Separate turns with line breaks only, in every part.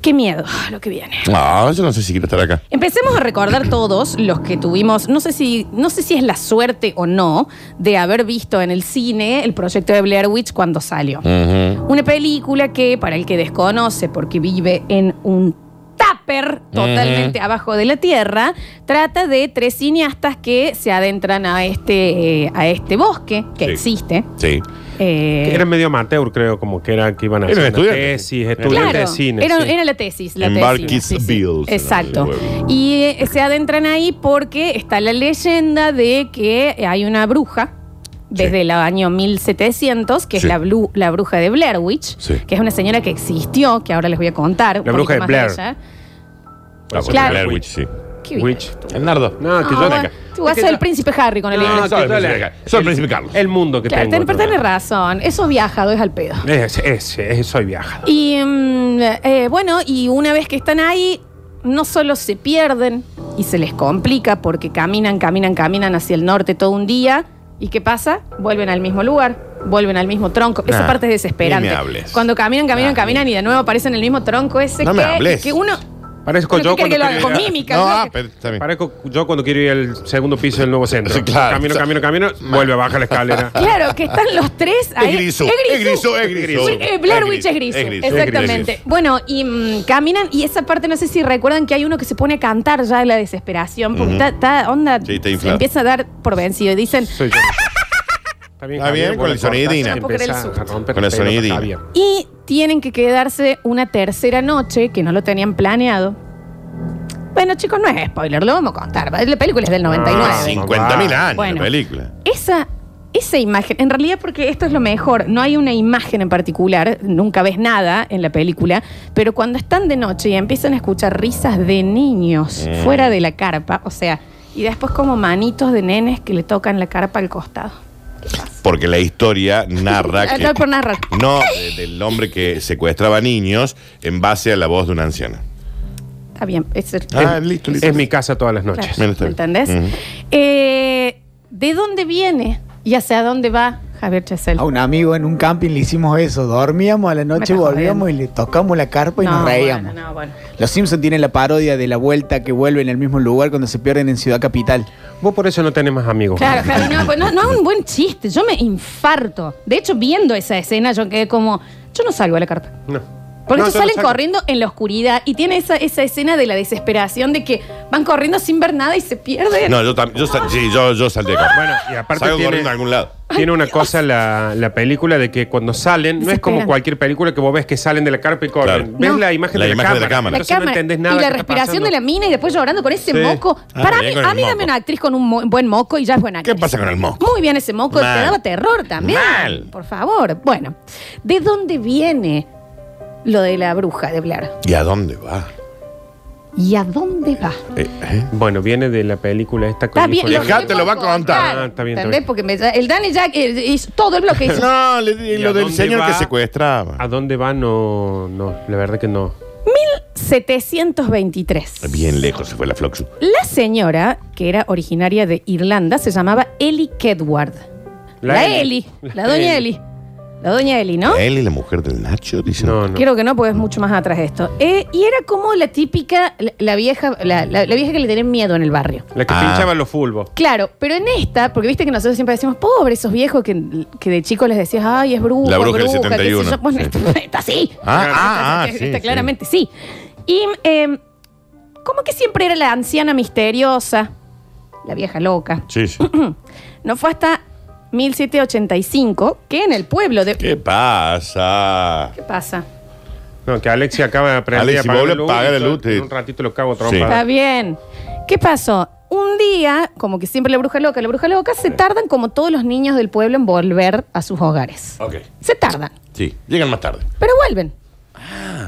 Qué miedo ah, lo que viene.
No, Ah, yo no sé si quiero estar acá.
Empecemos a recordar todos los que tuvimos, no sé si, no sé si es la suerte o no, de haber visto en el cine el proyecto de Blair Witch cuando salió.
Ujú.
Una película que, para el que desconoce, porque vive en un tupper totalmente abajo de la tierra, trata de tres cineastas que se adentran a este, eh, a este bosque que
Sí.
existe.
Sí. Ah,
Eh,
Era medio amateur, creo, como que era que iban a
Eran
hacer una
estudiantes.
tesis, estudiantes
Claro,
de cine.
era,
sí.
era la tesis. La
En
tesis,
Barkisville, se
Exacto.
llama el pueblo.
Y eh, se adentran ahí porque está la leyenda de que hay una bruja desde
Sí.
el año 1700, que
Sí.
es la, blu- la bruja de Blair Witch,
Sí.
que es una señora que existió, que ahora les voy a contar. un
La bruja
poquito
de
más
Blair.
ella.
Ah, porque
Claro.
Blair Witch, sí.
Qué bien.
Witch.
El nardo.
No, que
Ah,
yo.
bueno, tú vas a
que
ser
yo-
el príncipe Harry con el
No,
inglés.
que
Soy el
yo
príncipe
la-
Carlos. Soy el
el-
príncipe Carlos.
El mundo que
Claro,
tengo.
ten- pero tenés razón. Eso viajado es al pedo.
Es, es, es- soy viajado.
Y mm, eh, bueno, y una vez que están ahí, no solo se pierden y se les complica porque caminan, caminan, caminan hacia el norte todo un día. ¿Y qué pasa? Vuelven al mismo lugar, vuelven al mismo tronco. Esa
Nah,
parte es desesperante.
ni me hables.
Cuando caminan, caminan,
Nah,
caminan y de nuevo aparecen en el mismo tronco ese
No
que,
me hables.
que uno.
Parezco
Pero
yo
¿qué querés
cuando
que lo haga
quiero
con
ir-
mímica?
No,
¿no?
ah,
Que-
pero está bien.
Parezco yo cuando quiero ir al segundo piso del nuevo centro.
Sí, claro.
Camino,
O sea,
camino, camino, vuelve a bajar la escalera.
Claro, que están los tres ahí.
Es griso, es griso, es griso.
Sí, eh, Blair
Es
Witch es griso.
es griso, es
Exactamente.
griso.
Bueno, y mm, caminan, y esa parte no sé si recuerdan que hay uno que se pone a cantar ya de la desesperación, porque
Ujú.
está, está- onda,
Sí, está
se
inflado.
empieza a dar por vencido. Y dicen,
Soy yo. Está bien,
Está bien, con el sonidina.
No puedo creer el susto.
Con el sonidina.
y tienen que quedarse una tercera noche que no lo tenían planeado. Bueno, chicos, no es spoiler, lo vamos a contar. ¿va? La película es del 99.
Ah, sí.
50.000 años
Bueno.
la película.
Esa, esa imagen, en realidad porque esto es lo mejor, no hay una imagen en particular, nunca ves nada en la película, pero cuando están de noche y empiezan a escuchar risas de niños
Mm.
fuera de la carpa, o sea, y después como manitos de nenes que le tocan la carpa al costado.
Porque la historia narra
Ah,
que...
no, por narrar.
No, de- del hombre que secuestraba niños en base a la voz de una anciana.
Está bien, es el-
Ah, listo, listo.
Es mi casa todas las
claro,
noches.
Bien, está
¿me
bien.
¿entendés?
Ujú.
Eh, ¿De dónde viene y hacia dónde va Javier Chesel?
A un amigo en un camping le hicimos eso. Dormíamos a la noche,
estás
volvíamos y le tocamos la carpa y nos reíamos.
bueno, no, bueno.
Los Simpsons tienen la parodia de la vuelta que vuelven al mismo lugar cuando se pierden en Ciudad Capital.
Vos por eso no tenés más amigos.
Claro, claro, no, pues no, no es un buen chiste. Yo me infarto. De hecho, viendo esa escena, yo quedé como, yo no salgo a la carpa.
No.
Porque
No,
ellos
yo no
salen
salgo.
corriendo en la oscuridad y tiene esa, esa escena de la desesperación de que van corriendo sin ver nada y se pierden.
No, yo también. Yo, sal- sí, yo, yo salté con.
Bueno, y aparte
Salgo
tiene-
corriendo a algún lado.
Tiene una cosa la, la película de que cuando salen, no es como
Desesperan.
cualquier película que vos ves que salen de la carpa y corren.
Claro.
Ves
No.
la imagen,
La
de,
imagen
la
de la cámara.
cámara. Entonces
cámara
no entendés nada.
y la
que está
respiración de
pasando.
la mina y después llorando con ese
Sí.
moco.
Ah,
Para mí,
bien con el
a mí dame
moco.
una actriz con un mo- buen moco y ya es buena
¿Qué
actriz.
pasa con el mosco?
Muy bien ese moco,
Mal.
te daba terror también.
Mal.
Por favor. Bueno, ¿de dónde viene lo de la bruja de Blair?
¿Y a dónde va?
¿Y a dónde va?
Eh, ¿eh?
Bueno, viene de la película esta con
Está bien,
Nicolas
Dejá,
que
te
voy
lo va a contar.
Ah, está bien, está
¿Entendés?
bien.
Porque me- el Dani ya eh, hizo todo el bloque. Hizo.
No, le di
¿Y
lo
a
del
dónde
señor
va?
que secuestraba.
¿A dónde va? No, no, la verdad que no.
723.
Bien lejos se fue la Floxu.
La señora, que era originaria de Irlanda, se llamaba Ellie Kedward. La, Eli, la doña Eli. La doña Eli, ¿no?
Él y la mujer del Nacho, dicen.
No, no.
Quiero que no, porque es mucho más atrás de esto. Eh, y era como la típica, la, la vieja, la, la- la vieja que le tenía miedo en el barrio.
La que
Ah.
pinchaba los fulbos.
Claro, pero en esta, porque viste que nosotros siempre decimos, pobre esos viejos que, que de chicos les decías, ay, es bruja.
La bruja del
qué sé
71,
yo. Bueno,
sí.
esta- esta sí.
Ah, ah, ah,
Esta-
sí,
esta
sí.
claramente sí. Y eh, como que siempre era la anciana misteriosa, la vieja loca.
Sí, sí.
No fue hasta 1785 que en el pueblo de...
¿Qué pasa?
¿Qué pasa?
No, que Alexi acaba de aprender
Alexi, vos le pagás la
y yo
luz, te-
En un ratito lo cago a
Ah.
Está
trompa.
bien. ¿Qué pasó? Un día, como que siempre la bruja loca, la bruja loca, se tardan como todos los niños del pueblo en volver a sus hogares.
Ok.
Se tardan.
Sí, llegan más tarde.
Pero vuelven.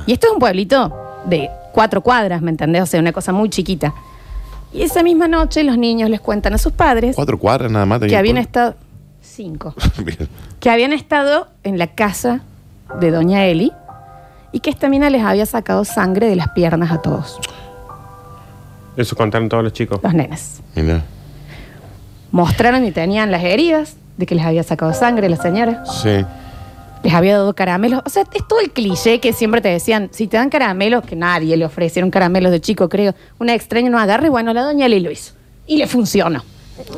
Y esto es un pueblito de cuatro cuadras, ¿me entendés? O sea, una cosa muy chiquita. Y esa misma noche los niños les cuentan a sus padres
Cuatro cuadras nada más.
que habían estado... Cinco.
Bien.
Que habían estado en la casa de doña Eli y que esta mina les había sacado sangre de las piernas a todos,
Eso contaron todos los chicos.
los nenes.
Mira.
Mostraron y tenían las heridas de que les había sacado sangre la señora.
Sí.
les había dado caramelos. O sea, es todo el cliché que siempre te decían, si te dan caramelos, que nadie le ofrecieron caramelos de chico, creo, una extraña no agarre, bueno, la doña le lo hizo. Y le funcionó.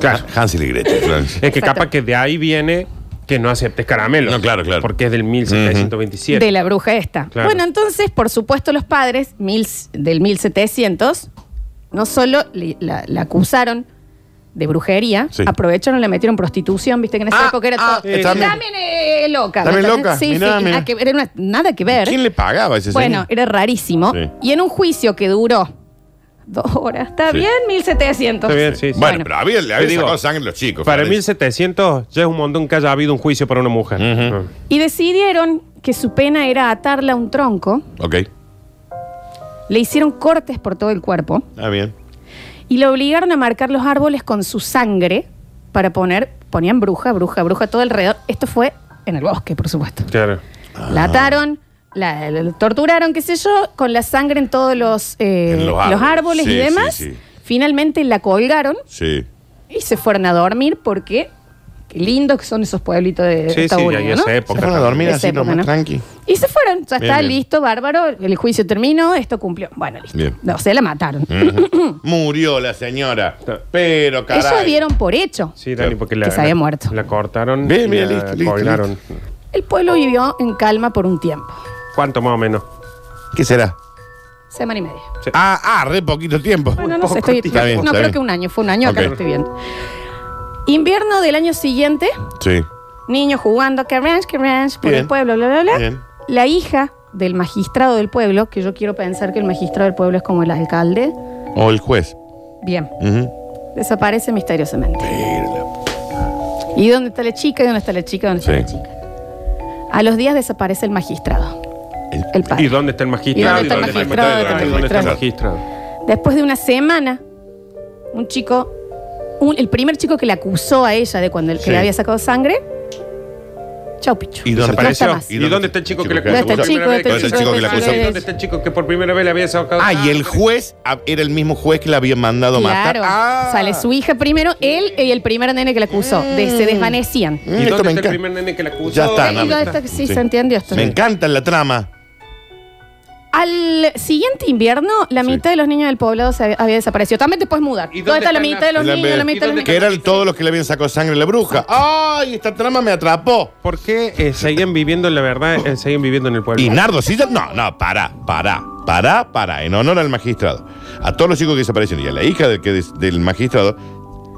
Claro.
Hansel y Gretel, Florencia.
Es que
Exacto.
capaz que de ahí viene que no aceptes caramelo.
No, claro, claro.
Porque es del 1727.
De la bruja esta.
Claro.
Bueno, entonces, por supuesto, los padres mil- del 1700 no solo le- la, la acusaron de brujería,
Sí.
aprovecharon, le metieron prostitución, viste que en esa
Ah,
época era
ah,
todo.
eh, también.
También, eh, loca.
También
¿me entendés?
loca,
Sí,
mirá,
sí,
mirá.
ah, que era una- nada que ver.
¿Quién le pagaba a ese
Bueno,
señor?
era rarísimo.
Sí.
Y en un juicio que duró dos horas, ¿está
Sí.
bien? 1700.
Está bien, sí, sí.
Bueno,
bueno.
pero había, le
Te
había
digo,
sacado sangre a los chicos.
Para
Florencia.
1700 ya es un montón que haya habido un juicio para una mujer.
Ujú.
Ah.
Y decidieron que su pena era atarla a un tronco,
Ok,
le hicieron cortes por todo el cuerpo
ah, bien.
y le obligaron a marcar los árboles con su sangre para poner, ponían bruja, bruja, bruja todo alrededor. Esto fue en el bosque, por supuesto.
Claro.
Ah.
La ataron, la, la- la torturaron, qué sé yo, con la sangre en todos los, eh,
En los
los árboles,
árboles. Sí,
y
sí,
demás.
sí.
Finalmente la colgaron
Sí.
Y se fueron a dormir porque qué lindos que son esos pueblitos de
Sí,
Estados
sí,
Unidos,
y
¿no?
esa época.
Se fueron a dormir
Esa
así,
época,
nomás,
¿no?
tranqui.
Y se fueron, ya
Bien,
está
bien.
listo, bárbaro, el juicio terminó, esto cumplió. Bueno, listo.
Bien. Mm.
No, se la mataron.
Ujú. Murió la señora. Pero, caray.
Ellos dieron por hecho.
Sí, Dani, porque la,
Que se había
la-
muerto.
la cortaron
Bien,
y
bien,
la
listo, listo,
colgaron.
El
Oh.
pueblo vivió en calma por un tiempo,
¿Cuánto más o menos?
¿Qué será?
semana y media.
Ah, ah, re poquito tiempo.
Bueno, no sé,
poco
estoy,
tiempo.
Está bien,
no
está
creo
bien.
que un año, fue un año, acá
Ok.
lo estoy viendo. Invierno del año siguiente,
Sí.
niños jugando, que ranch, que ranch, por
Bien.
el pueblo, bla, bla, bla.
Bien.
La hija del magistrado del pueblo, que yo quiero pensar que el magistrado del pueblo es como el alcalde,
O el juez.
bien,
Ujú.
desaparece misteriosamente. ¿Y dónde está la chica? ¿Y dónde está la chica? ¿Dónde está
Sí.
la chica? A los días desaparece el magistrado,
El-
el
¿Y
padre.
dónde está el
¿Y
magistrado?
dónde está el magistrado? ¿Dónde está el
¿Y dónde está el
magistrado?
magistrado?
Después de una semana, un chico, un- el primer chico que le acusó a ella de cuando el, que
Sí.
le había sacado sangre, chau picho.
¿Y dónde
No está
Desapareció.
más.
¿Y dónde está el chico que le
¿Dónde
acusó?
está el
por
chico?
primera vez?
¿Dónde
está el chico que le acusó?
¿Dónde está el chico que por primera vez le había sacado?
Ah, y el juez ah, era el mismo juez que la había mandado
Claro,
matar. Ah.
sale su hija primero, él y el primer nene que le acusó. De- se desvanecían.
Mm,
¿Y
esto me
dónde está el
encanta.
primer nene que le acusó?
Ya está,
Y
no,
todo
me-
esto que sí,
sí.
se entendió esto.
Me encanta la trama.
Al siguiente invierno, la
Sí.
mitad de los niños del poblado se había, había desaparecido. También te puedes mudar.
¿Y
¿Dónde, está la mitad de los
La-
niños? La mitad de los
dónde
niños.
que eran todos los que le habían sacado sangre a la bruja. ¡Ay, esta trama me atrapó!
¿Por qué eh, seguían viviendo, la verdad, eh, seguían viviendo en el pueblo?
Y Nardo Silla, no, no, pará, pará, pará, pará, en honor al magistrado. A todos los chicos que desaparecieron y a la hija del, que des- del magistrado,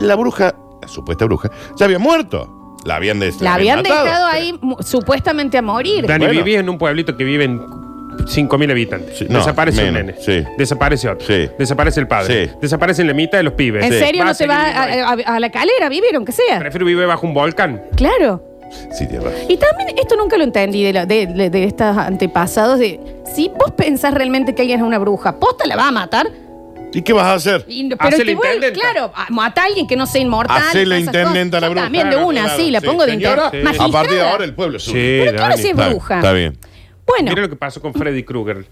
la bruja, la supuesta bruja, ya había muerto. La habían, des-
La habían
matado.
dejado ahí mu- supuestamente a morir.
Dani,
Bueno.
vivís en un pueblito que viven 5.000 habitantes.
Sí, no,
Desaparece un nene.
menos, sí.
Desaparece otro.
Sí.
Desaparece el padre.
Sí.
Desaparece la mitad de los pibes.
¿En
Sí.
serio no
a
te
seguir
va
viviendo ahí.
a, a- a la calera a vivir, aunque sea?
Prefiero vivir bajo un volcán.
Claro.
Sí, tiene razón.
Y también, esto nunca lo entendí de, la- de, de- de estos antepasados, de si vos pensás realmente que alguien es una bruja, posta la va a matar.
¿Y qué vas a hacer?
Y- pero
Hacele
que igual,
intendenta.
claro, a- mata a alguien que no sea inmortal. y
Hacele
todas esas
intendente a la
cosas. Yo
bruja.
También de
Claro,
una,
claro,
sí, la pongo de
Señora,
intendente. Magistrada.
A partir de ahora el pueblo es suyo.
Pero claro, sí es
Está bien,
bruja.
Está bien.
Bueno,
Mira lo que pasó con Freddy Krueger.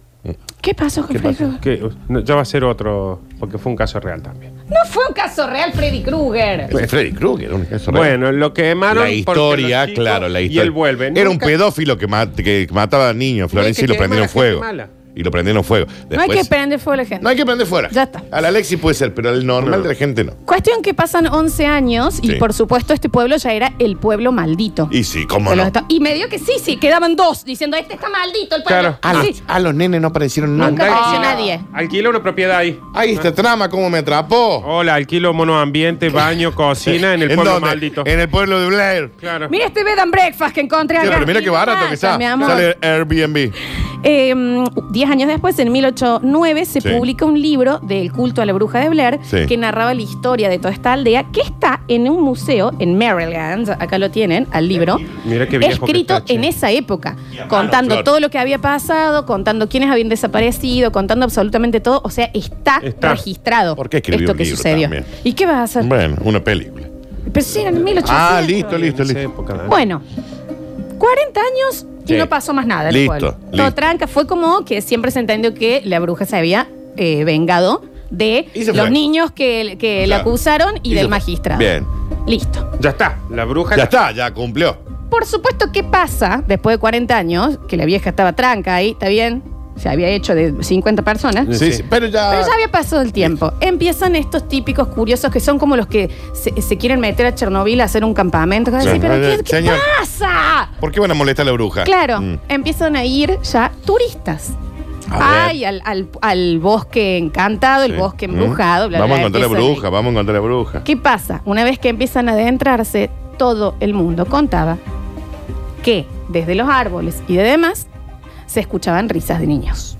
¿qué pasó con Freddy Krueger?
Que, uh, no, ya va a ser otro, porque fue un caso real también.
No fue un caso real, Freddy Krueger.
Es Freddy Krueger, un caso real.
Bueno, lo quemaron.
la
porque los
historia,
chicos-
claro, la historia.
Y él vuelve.
Era un
Nunca-
pedófilo que, ma- que mataba a niños, Florencia,
que
y lo
quema a
prendieron
la gente
fuego.
mala.
Y lo prendieron fuego.
No hay que
Después-
prender fuego a la gente.
No hay que prender fuera.
Ya está.
Al Alexis puede ser, pero al normal de la gente no.
Cuestión que pasan 11 años y
Sí.
por supuesto este pueblo ya era el pueblo maldito.
Y sí, cómo
De los
no.
esta- y me dio que sí, sí, quedaban dos diciendo, este está maldito el pueblo.
Claro.
A,
Sí.
los, a los nenes no aparecieron
Nunca
nunca.
apareció
alquila-
nadie.
Alquila una propiedad ahí.
Ahí esta trama, cómo me atrapó.
Hola, alquilo monoambiente, baño, cocina Oh, en el pueblo
dónde?
maldito.
En el pueblo de Blair.
Claro.
Mira este bed and breakfast que encontré
Sí,
acá.
pero Ah. mira qué barato
Mata,
que está.
mi amor.
Sale Airbnb.
Eh, mm, Diez años después, en 1809, se
Sí.
publica un libro del culto a la bruja de Blair
Sí.
que narraba la historia de toda esta aldea que está en un museo en Maryland. Acá lo tienen, al libro.
Mira qué viejo que
Escrito
está, che.
en esa época,
mano,
contando
Flor.
todo lo que había pasado, contando quiénes habían desaparecido, contando absolutamente todo. O sea, está,
Está.
registrado
¿Por qué escribió
esto
un
que
libro
sucedió.
también?
¿Y qué vas a hacer?
Bueno, una película.
Pero sí, eran 1800.
Ah, listo, listo,
En esa
listo.
época, ¿eh? Dani.
Bueno, 40 años y
Ah. Sí.
no pasó más nada. en el
Listo,
pueblo. Todo
listo.
tranca. Fue como que siempre se entendió que la bruja se había eh, vengado de
Y se
los
fue.
niños que, que la
Claro.
acusaron y,
Y
del
se fue.
magistrado.
Bien.
Listo.
Ya está, la bruja.
Ya está, ya cumplió.
Por supuesto, ¿qué pasa después de 40 años? Que la vieja estaba tranca ahí, está bien, se había hecho de 50 personas.
Sí,
Sí,
sí.
sí, pero ya.
Pero ya había pasado el tiempo. Empiezan estos típicos curiosos que son como los que se, se quieren meter a Chernobyl a hacer un campamento. Así,
Sí.
¿Pero qué, qué
Señor.
pasa?
¿Por qué van a molestar a la bruja?
Claro,
Mm.
empiezan a ir ya turistas.
A ver.
Ay, al, al- al bosque encantado, el
Sí.
bosque
Mm.
embrujado, bla,
Vamos
bla,
a encontrar a la
empiezan ahí.
bruja, vamos a encontrar a la bruja.
¿Qué pasa? Una vez que empiezan a adentrarse, todo el mundo contaba que desde los árboles y de demás se escuchaban risas de niños.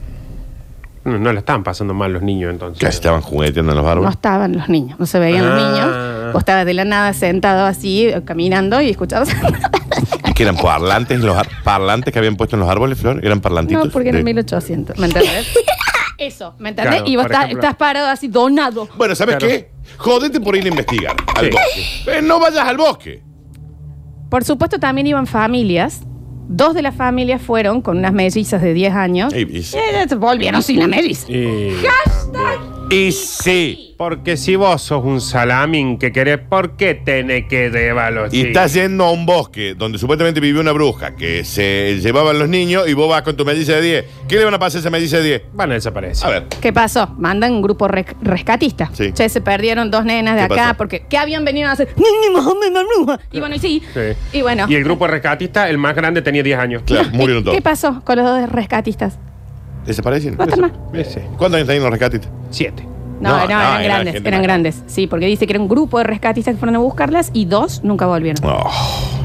No, no la estaban pasando mal los niños entonces.
Casi estaban jugueteando en los
No
árboles.
estaban los niños, no se veían los
Ah.
niños. Vos estabas de la nada sentado así, eh, caminando y escuchabas.
¿Y que eran parlantes, los ar- parlantes que habían puesto en los árboles, Flor? ¿Eran parlantitos?
no, porque era
De-
1800, ¿me entendés? Eso, ¿me entendés?
Claro,
y vos
por
estás,
ejemplo.
estás parado así, donado.
Bueno, ¿sabes
Claro.
qué? Jódete por ir a investigar al
Sí.
bosque. Eh, no vayas al bosque.
Por supuesto, también iban familias. Dos de las familias fueron con unas mellizas de 10 años.
Y, y-
Eh, volvieron sin la melliza.
Y-
y sí.
Porque si vos sos un salamín que querés, ¿por qué tenés que llevar a los
Y
chicos?
estás yendo a un bosque donde supuestamente vivió una bruja que se llevaban los niños y vos vas con tu melliza de 10. ¿Qué le van a pasar a esa melliza de 10?
Van a
A
desaparecer.
ver.
¿Qué pasó? Mandan un grupo rec- rescatista.
Sí.
Che, se perdieron dos nenas de
¿Qué
acá
pasó?
porque ¿qué habían venido a hacer? "Ni, ni, Mohamed, la bruja". Y bueno, y sí.
Sí.
Y bueno.
Y el grupo rescatista, el más grande, tenía 10 años.
Claro, murieron todos.
¿Qué pasó con los dos rescatistas?
¿Desaparecieron?
No están más.
Ese.
¿Cuántos años tenían los rescatistas?
Siete.
No, no,
No, no,
eran
era
grandes,
gente
eran
más
grandes. Sí, porque dice que era un grupo de rescatistas que fueron a buscarlas y dos nunca volvieron.
Oh,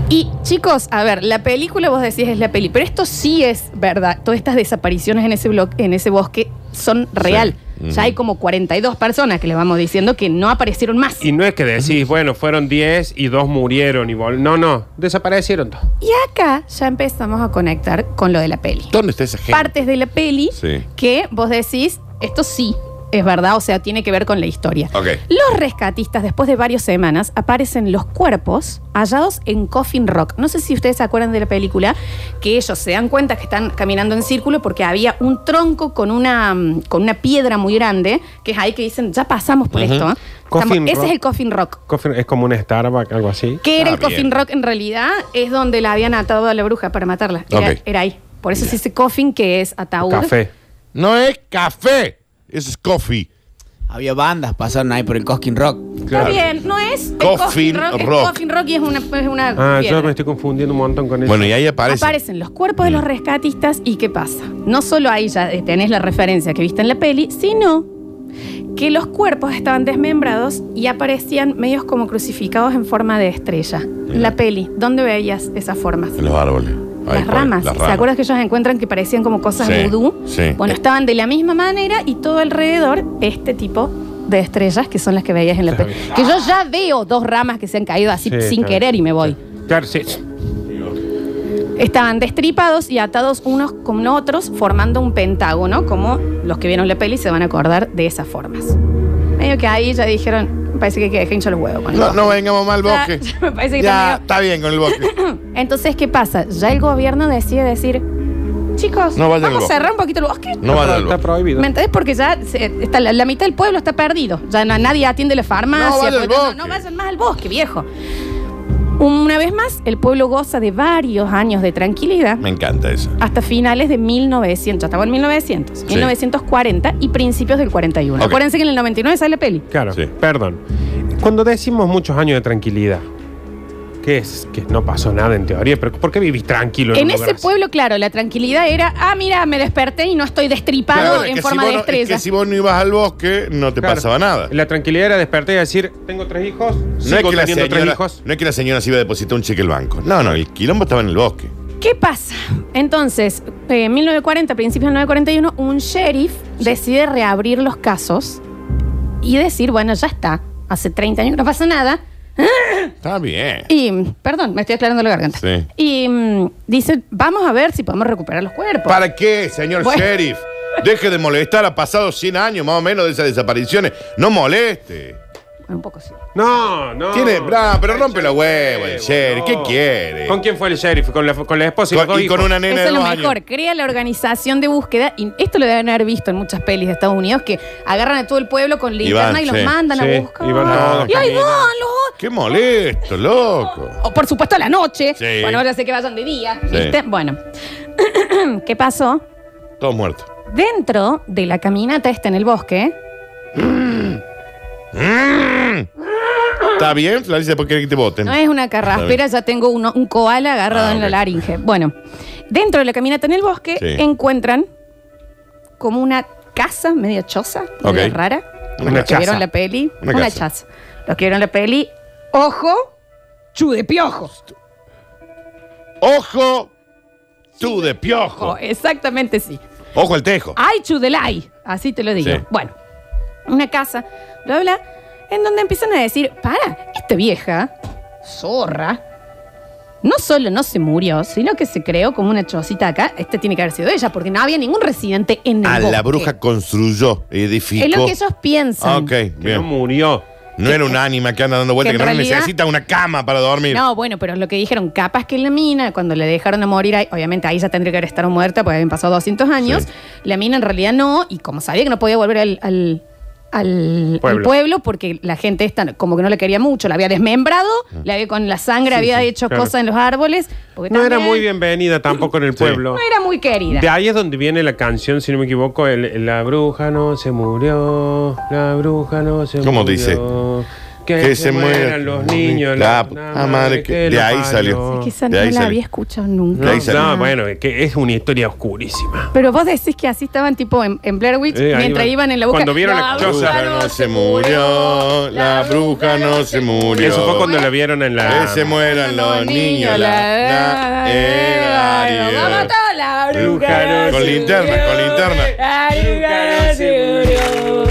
Y chicos, a ver, la película vos decís es la peli, pero esto sí es verdad. Todas estas desapariciones en ese blo- en ese bosque son real.
Ujú.
Ya hay como 42 personas que le vamos diciendo que no aparecieron más.
Y no es que decís, bueno, fueron 10 y dos murieron y vol No, no, desaparecieron dos.
Y acá ya empezamos a conectar con lo de la peli.
¿Dónde está esa gente?
Partes de la peli
Sí.
que vos decís, esto sí es verdad, o sea, tiene que ver con la historia.
Ok.
Los rescatistas, después de varias semanas, aparecen los cuerpos hallados en Coffin Rock. No sé si ustedes se acuerdan de la película, que ellos se dan cuenta que están caminando en círculo porque había un tronco con una, mm, con una piedra muy grande, que es ahí que dicen, ya pasamos por
Ujú.
esto. ¿eh? Estamos-
Coffin
ese
Rock.
es el Coffin Rock.
Coffin- Es como un Starbucks, algo así.
Que era
Ah,
el Coffin
bien.
Rock en realidad? Es donde la habían atado a la bruja para matarla. Era,
Ok.
era ahí. Por eso se dice coffin, que es ataúd.
Café.
No es café, eso es coffee.
Había bandas, pasaron ahí por el Cosquín Rock.
Está
Claro.
bien, no es el
Coffin
Coffin Rock. El
Rock.
Coffin Rock y es una. es una
Ah,
piedra.
yo me estoy confundiendo un montón con eso.
Bueno, y ahí aparece.
Aparecen los cuerpos de
Mm.
los rescatistas y ¿qué pasa? No solo ahí ya eh, tenés la referencia que viste en la peli, sino que los cuerpos estaban desmembrados y aparecían medios como crucificados en forma de estrella. La peli, ¿dónde veías esas formas?
En los árboles. Ahí,
las
por-
ramas.
las
¿Se acuerdan que ellos encuentran que parecían como cosas
Sí,
vudú?
sí. Eh.
Bueno, estaban de la misma manera y todo alrededor este tipo de estrellas que son las que veías en la
Está
peli. Que yo ya veo dos ramas que se han caído así
Sí,
sin
está bien.
querer y me voy.
Claro, sí.
Estaban destripados y atados unos con otros formando un pentágono, como los que vieron la peli se van a acordar de esas formas. Medio que ahí ya dijeron, "Me parece que hay que dejar hinchar los huevos. con el
No,
bosque".
no vengamos mal al
Ya,
bosque.
me parece que
ya,
está
está bien con el bosque.
Entonces, ¿qué pasa? Ya el gobierno decide decir, chicos,
No vayan al
vamos a
bosque".
cerrar un poquito el bosque.
No van
está,
al
está
bosque.
prohibido.
¿Me entendés? Porque ya se- está, la, la mitad del pueblo está perdido. Ya na- nadie atiende la farmacia.
No vaya al
porque-
bosque.
no vayan más al bosque, viejo. Una vez más, el pueblo goza de varios años de tranquilidad
Me encanta eso.
hasta finales de 1900. Estamos en 1900,
Sí.
1940 y principios del 41.
Ok.
Acuérdense que en el 99 sale la peli.
Claro,
Sí.
perdón. Cuando decimos muchos años de tranquilidad, ¿qué es? Que no pasó nada en teoría, pero ¿por qué vivís tranquilo?
En
un
ese
lugar así?
pueblo, claro, la tranquilidad era, ah, mira, me desperté y no estoy destripado
Claro, es
en
que
forma
si
de
vos no- es
estrella.
que si vos no ibas al bosque, no te
Claro.
pasaba nada.
La tranquilidad era despertar y decir, tengo tres hijos,
No es,
sigo
que la
teniendo tres
señora,
hijos.
no es que la señora se iba a depositar un cheque al banco. No, no, el quilombo estaba en el bosque.
¿Qué pasa? Entonces, eh, en 1940, principios del 1941, un sheriff decide reabrir los casos y decir, bueno, ya está, hace 30 años que no pasa nada.
Está bien.
Y, perdón, me estoy aclarando la garganta.
Sí.
Y mm, dice, vamos a ver si podemos recuperar los cuerpos.
¿Para qué, señor
Bueno.
sheriff? Deje de molestar. Ha pasado 100 años más o menos de esas desapariciones. No moleste.
Un poco sí.
No, no.
Tiene, no, pero rompe la hueva
huevo
el sheriff. ¿Qué quiere?
¿Con quién fue el sheriff? Con la, con la esposa y, los
Con-
dos
y con
hijos.
una nena
Eso
de
es lo
dos años.
mejor. Crea la organización de búsqueda. Y esto lo deben haber visto en muchas pelis de Estados Unidos que agarran a todo el pueblo con linterna
van,
y los
sí.
mandan
Sí,
a buscar.
y van todos
y ahí
caminando.
van los
Qué molesto, loco.
O por supuesto a la noche.
Sí.
Bueno, ahora sé que vayan de día.
Sí.
¿viste? Bueno. ¿Qué pasó?
Todos muertos.
Dentro de la caminata esta en el bosque,
¿Está bien, Florencia? Después quiere que te voten.
no es una carraspera, ya tengo uno- un koala agarrado
Ah,
en la
ok.
laringe. Bueno, dentro de la caminata en el bosque
Sí.
encuentran como una casa media choza,
Ok.
media rara.
Una
Los que vieron
chaza.
la peli.
Una
Una,
casa.
chaza. Los que vieron la peli. Ojo, chu de piojos.
¡Ojo! Tú de piojo.
Ojo, Oh, exactamente sí.
Ojo al tejo.
Ay, chu de lai. Así te lo digo.
Sí.
Bueno, una casa, bla, bla, en donde empiezan a decir: para, esta vieja, zorra. No solo no se murió, sino que se creó como una chocita acá. Esta tiene que haber sido ella, porque no había ningún residente en el
A Ah, la
bosque.
bruja construyó, edificó.
eh.
Ah,
Es lo que ellos piensan.
Ok,
Que no
bien.
murió.
No era un ánima que anda dando vueltas, que,
Que
no
en realidad-
necesita una cama para dormir.
No, bueno, pero lo que dijeron, capaz que la mina, cuando le dejaron a morir, ahí- obviamente ahí ya tendría que haber estado muerta, porque habían pasado 200 años.
Sí.
La mina en realidad no, y como sabía que no podía volver al, al- al- al pueblo.
Pueblo.
porque la gente esta como que no la quería mucho, la había desmembrado, la había con la sangre, había
Ah. sí,
hecho
claro.
cosas en los árboles. porque
No era
también
muy bienvenida tampoco en el pueblo.
No era muy querida.
De ahí es donde viene la canción, si no me equivoco, el- el La bruja no se murió, la bruja no se
¿Cómo
murió.
dice?
Que, se, mueran los niños.
La Ah, puta madre que- de
lo
ahí
parió.
salió.
Es que esa
De ahí
no la
salió.
había escuchado nunca.
De ahí
No,
salió.
no, bueno, que es una historia oscurísima.
Pero vos decís que así estaban tipo en, en Blair Witch
Eh, ahí
mientras
va.
iban en la boca.
Cuando vieron la
La
choza.
bruja no se murió, la bruja no se murió.
Eso fue cuando la vieron en la.
Que se mueran los niños, la, la- era-
Vamos a matar a la bruja.
Con linterna, con linterna.
La bruja no se murió.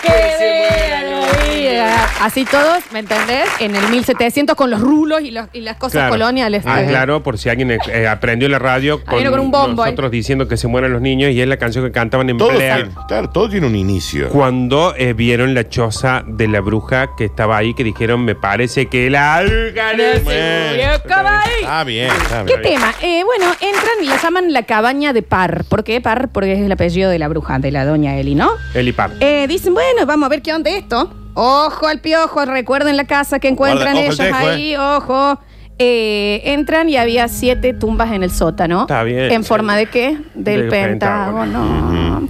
Que vea la vida. Así todos, ¿me entendés? En el 1700 con los rulos y, los- y las cosas
Claro.
coloniales.
Ah,
Ajá.
claro, por si alguien eh, aprendió la radio con,
viene este. Ah, con un bombo,
nosotros diciendo que se mueran los niños y es la canción que cantaban en
Todo
Blair
tiene, claro, todo tiene un inicio.
cuando eh, vieron la choza de la bruja que estaba ahí que dijeron me parece que la bruja no se
Bueno.
murió, ¿cómo ahí?
Está bien, está
¿Qué
bien.
tema? Eh, bueno, entran y la llaman la cabaña de Par. ¿Por qué Par? Porque es el apellido de la bruja, de la doña Eli, ¿no?
El IPAP.
Eh, dicen, bueno, vamos a ver qué onda esto. Ojo al piojo, recuerden la casa que encuentran
Guarda,
ellos
ojo al tejo,
ahí, ojo. Eh, entran y había siete tumbas en el sótano.
Está bien.
¿En forma de qué? Del,
Del
Pentágono.
Pentágono.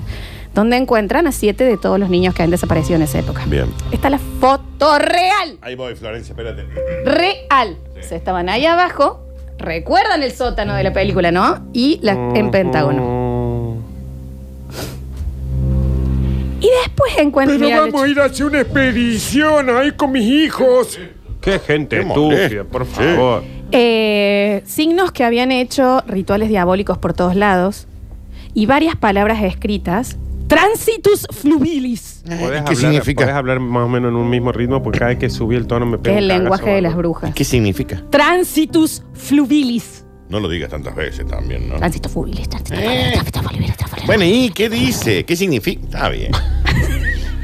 Donde encuentran a siete de todos los niños que han desaparecido en esa época.
Bien.
Está la foto real.
Ahí voy, Florencia, espérate.
Real. Se estaban ahí abajo. Recuerdan el sótano de la película, ¿no? Y la, en Pentágono. Y después encuentran. Mira, le-
ir a hacer una expedición ahí con mis hijos. Qué gente
Qué
estúpida,
molesto,
por
sí.
favor.
Eh, signos que habían hecho rituales diabólicos por todos lados y varias palabras escritas. Transitus fluvilis,
¿Podés
¿Qué
hablar, podés
significa?
hablar más o menos en un mismo ritmo? Porque cada vez que subí el tono me
que
pega
es el
un cagazo,
lenguaje de las
boludo.
brujas.
¿Qué significa?
Transitus fluvilis.
No lo digas tantas veces también, ¿no?
Transitus fluvilis, transitus
Eh.
fluvilis, transitus fluvilis, transitus fluvilis.
Bueno, ¿y qué dice? ¿Qué significa? Está bien.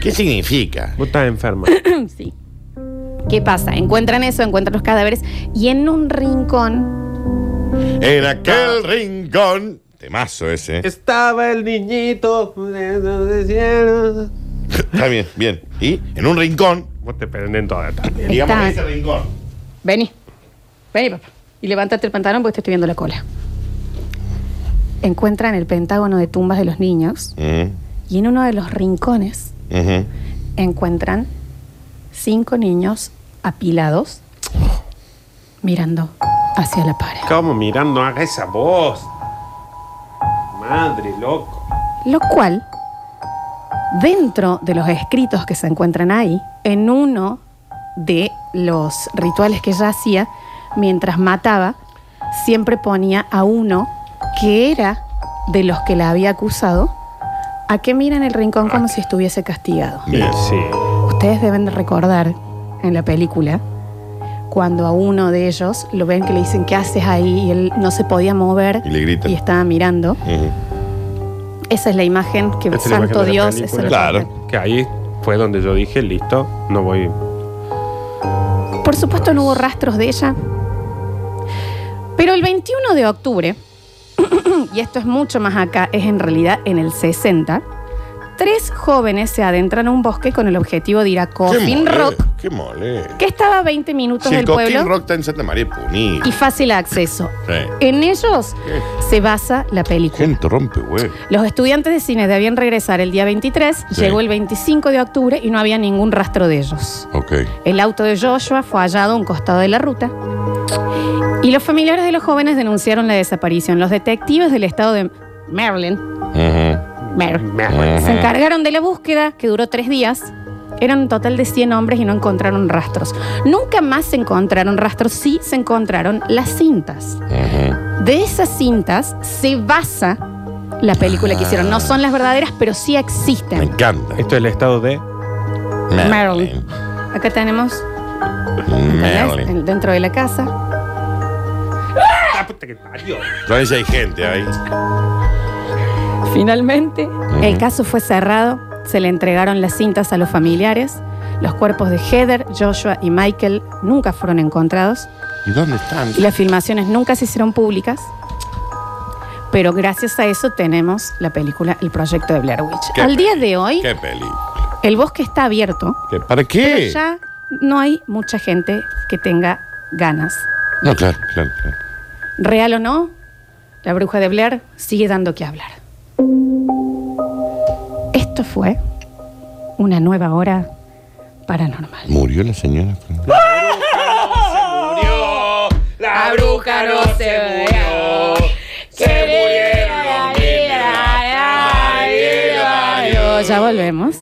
¿Qué significa?
Vos estás enferma.
Sí. ¿Qué pasa? Encuentran eso, encuentran los cadáveres y en un rincón.
En aquel rincón. Temazo ese.
Estaba el niñito. Vos
Está bien, bien. Y en un rincón.
te prenden toda esta.
Está-
Digamos ese rincón.
Vení, vení, papá. Y levántate el pantalón porque te estoy viendo la cola. Encuentran el pentágono de tumbas de los niños
Mm,
y en uno de los rincones
ujú.
encuentran cinco niños apilados mirando hacia la pared.
Como mirando, haga esa voz. Madre, loco.
Lo cual, dentro de los escritos que se encuentran ahí, en uno de los rituales que ella hacía, mientras mataba, siempre ponía a uno que era de los que la había acusado, a que mira en el rincón como si estuviese castigado.
Bien.
Eh, Sí.
Ustedes deben de recordar en la película cuando a uno de ellos lo ven que le dicen qué haces ahí y él no se podía mover
Y le gritan.
y estaba mirando.
Ujú.
Esa es la imagen que
Esta es la
santo
imagen de la
Dios.
película.
esa es la
Claro.
imagen.
Que ahí fue donde yo dije, listo, no voy
Por supuesto no hubo rastros de ella. Pero el 21 de octubre, y esto es mucho más acá, es en realidad en el 60, tres jóvenes se adentran a un bosque con el objetivo de ir a Coffin
mole,
Rock,
Qué mole.
que estaba a 20 minutos
Si el
del
Coquín
pueblo
Rock está en Santa María, puní.
y fácil acceso.
Sí.
En ellos
Qué
se basa la película.
Gente rompe, güey.
Los estudiantes de cine debían regresar el día 23,
Sí.
llegó el 25 de octubre y no había ningún rastro de ellos.
Ok.
El auto de Joshua fue hallado a un costado de la ruta. Y los familiares de los jóvenes denunciaron la desaparición. Los detectives del estado de Maryland,
Ujú.
Mar-
Meh.
se encargaron de la búsqueda, que duró tres días. Eran un total de 100 hombres y no encontraron rastros. Nunca más se encontraron rastros, sí se encontraron las cintas.
Ujú.
De esas cintas se basa la película que hicieron. No son las verdaderas, pero sí
Me
existen.
encanta.
Esto es el estado de.
Marilyn. Acá tenemos
Marilyn.
¿entendés?
Marilyn.
En- dentro de la casa.
¡Ah, puta que parió!
Todavía hay gente ahí.
Finalmente, el caso fue cerrado. Se le entregaron las cintas a los familiares. Los cuerpos de Heather, Joshua y Michael nunca fueron encontrados.
¿Y dónde están?
Y las filmaciones nunca se hicieron públicas. Pero gracias a eso tenemos la película El Proyecto de Blair Witch.
Qué
Al día de hoy,
¿Qué peli?
el bosque está abierto.
¿Qué- ¿Para
Pero
qué?
ya no hay mucha gente que tenga ganas.
No, claro, claro, claro.
Real o no, la bruja de Blair sigue dando que hablar. Esto fue una nueva hora paranormal.
Murió la señora.
La bruja no se murió. Ya volvemos.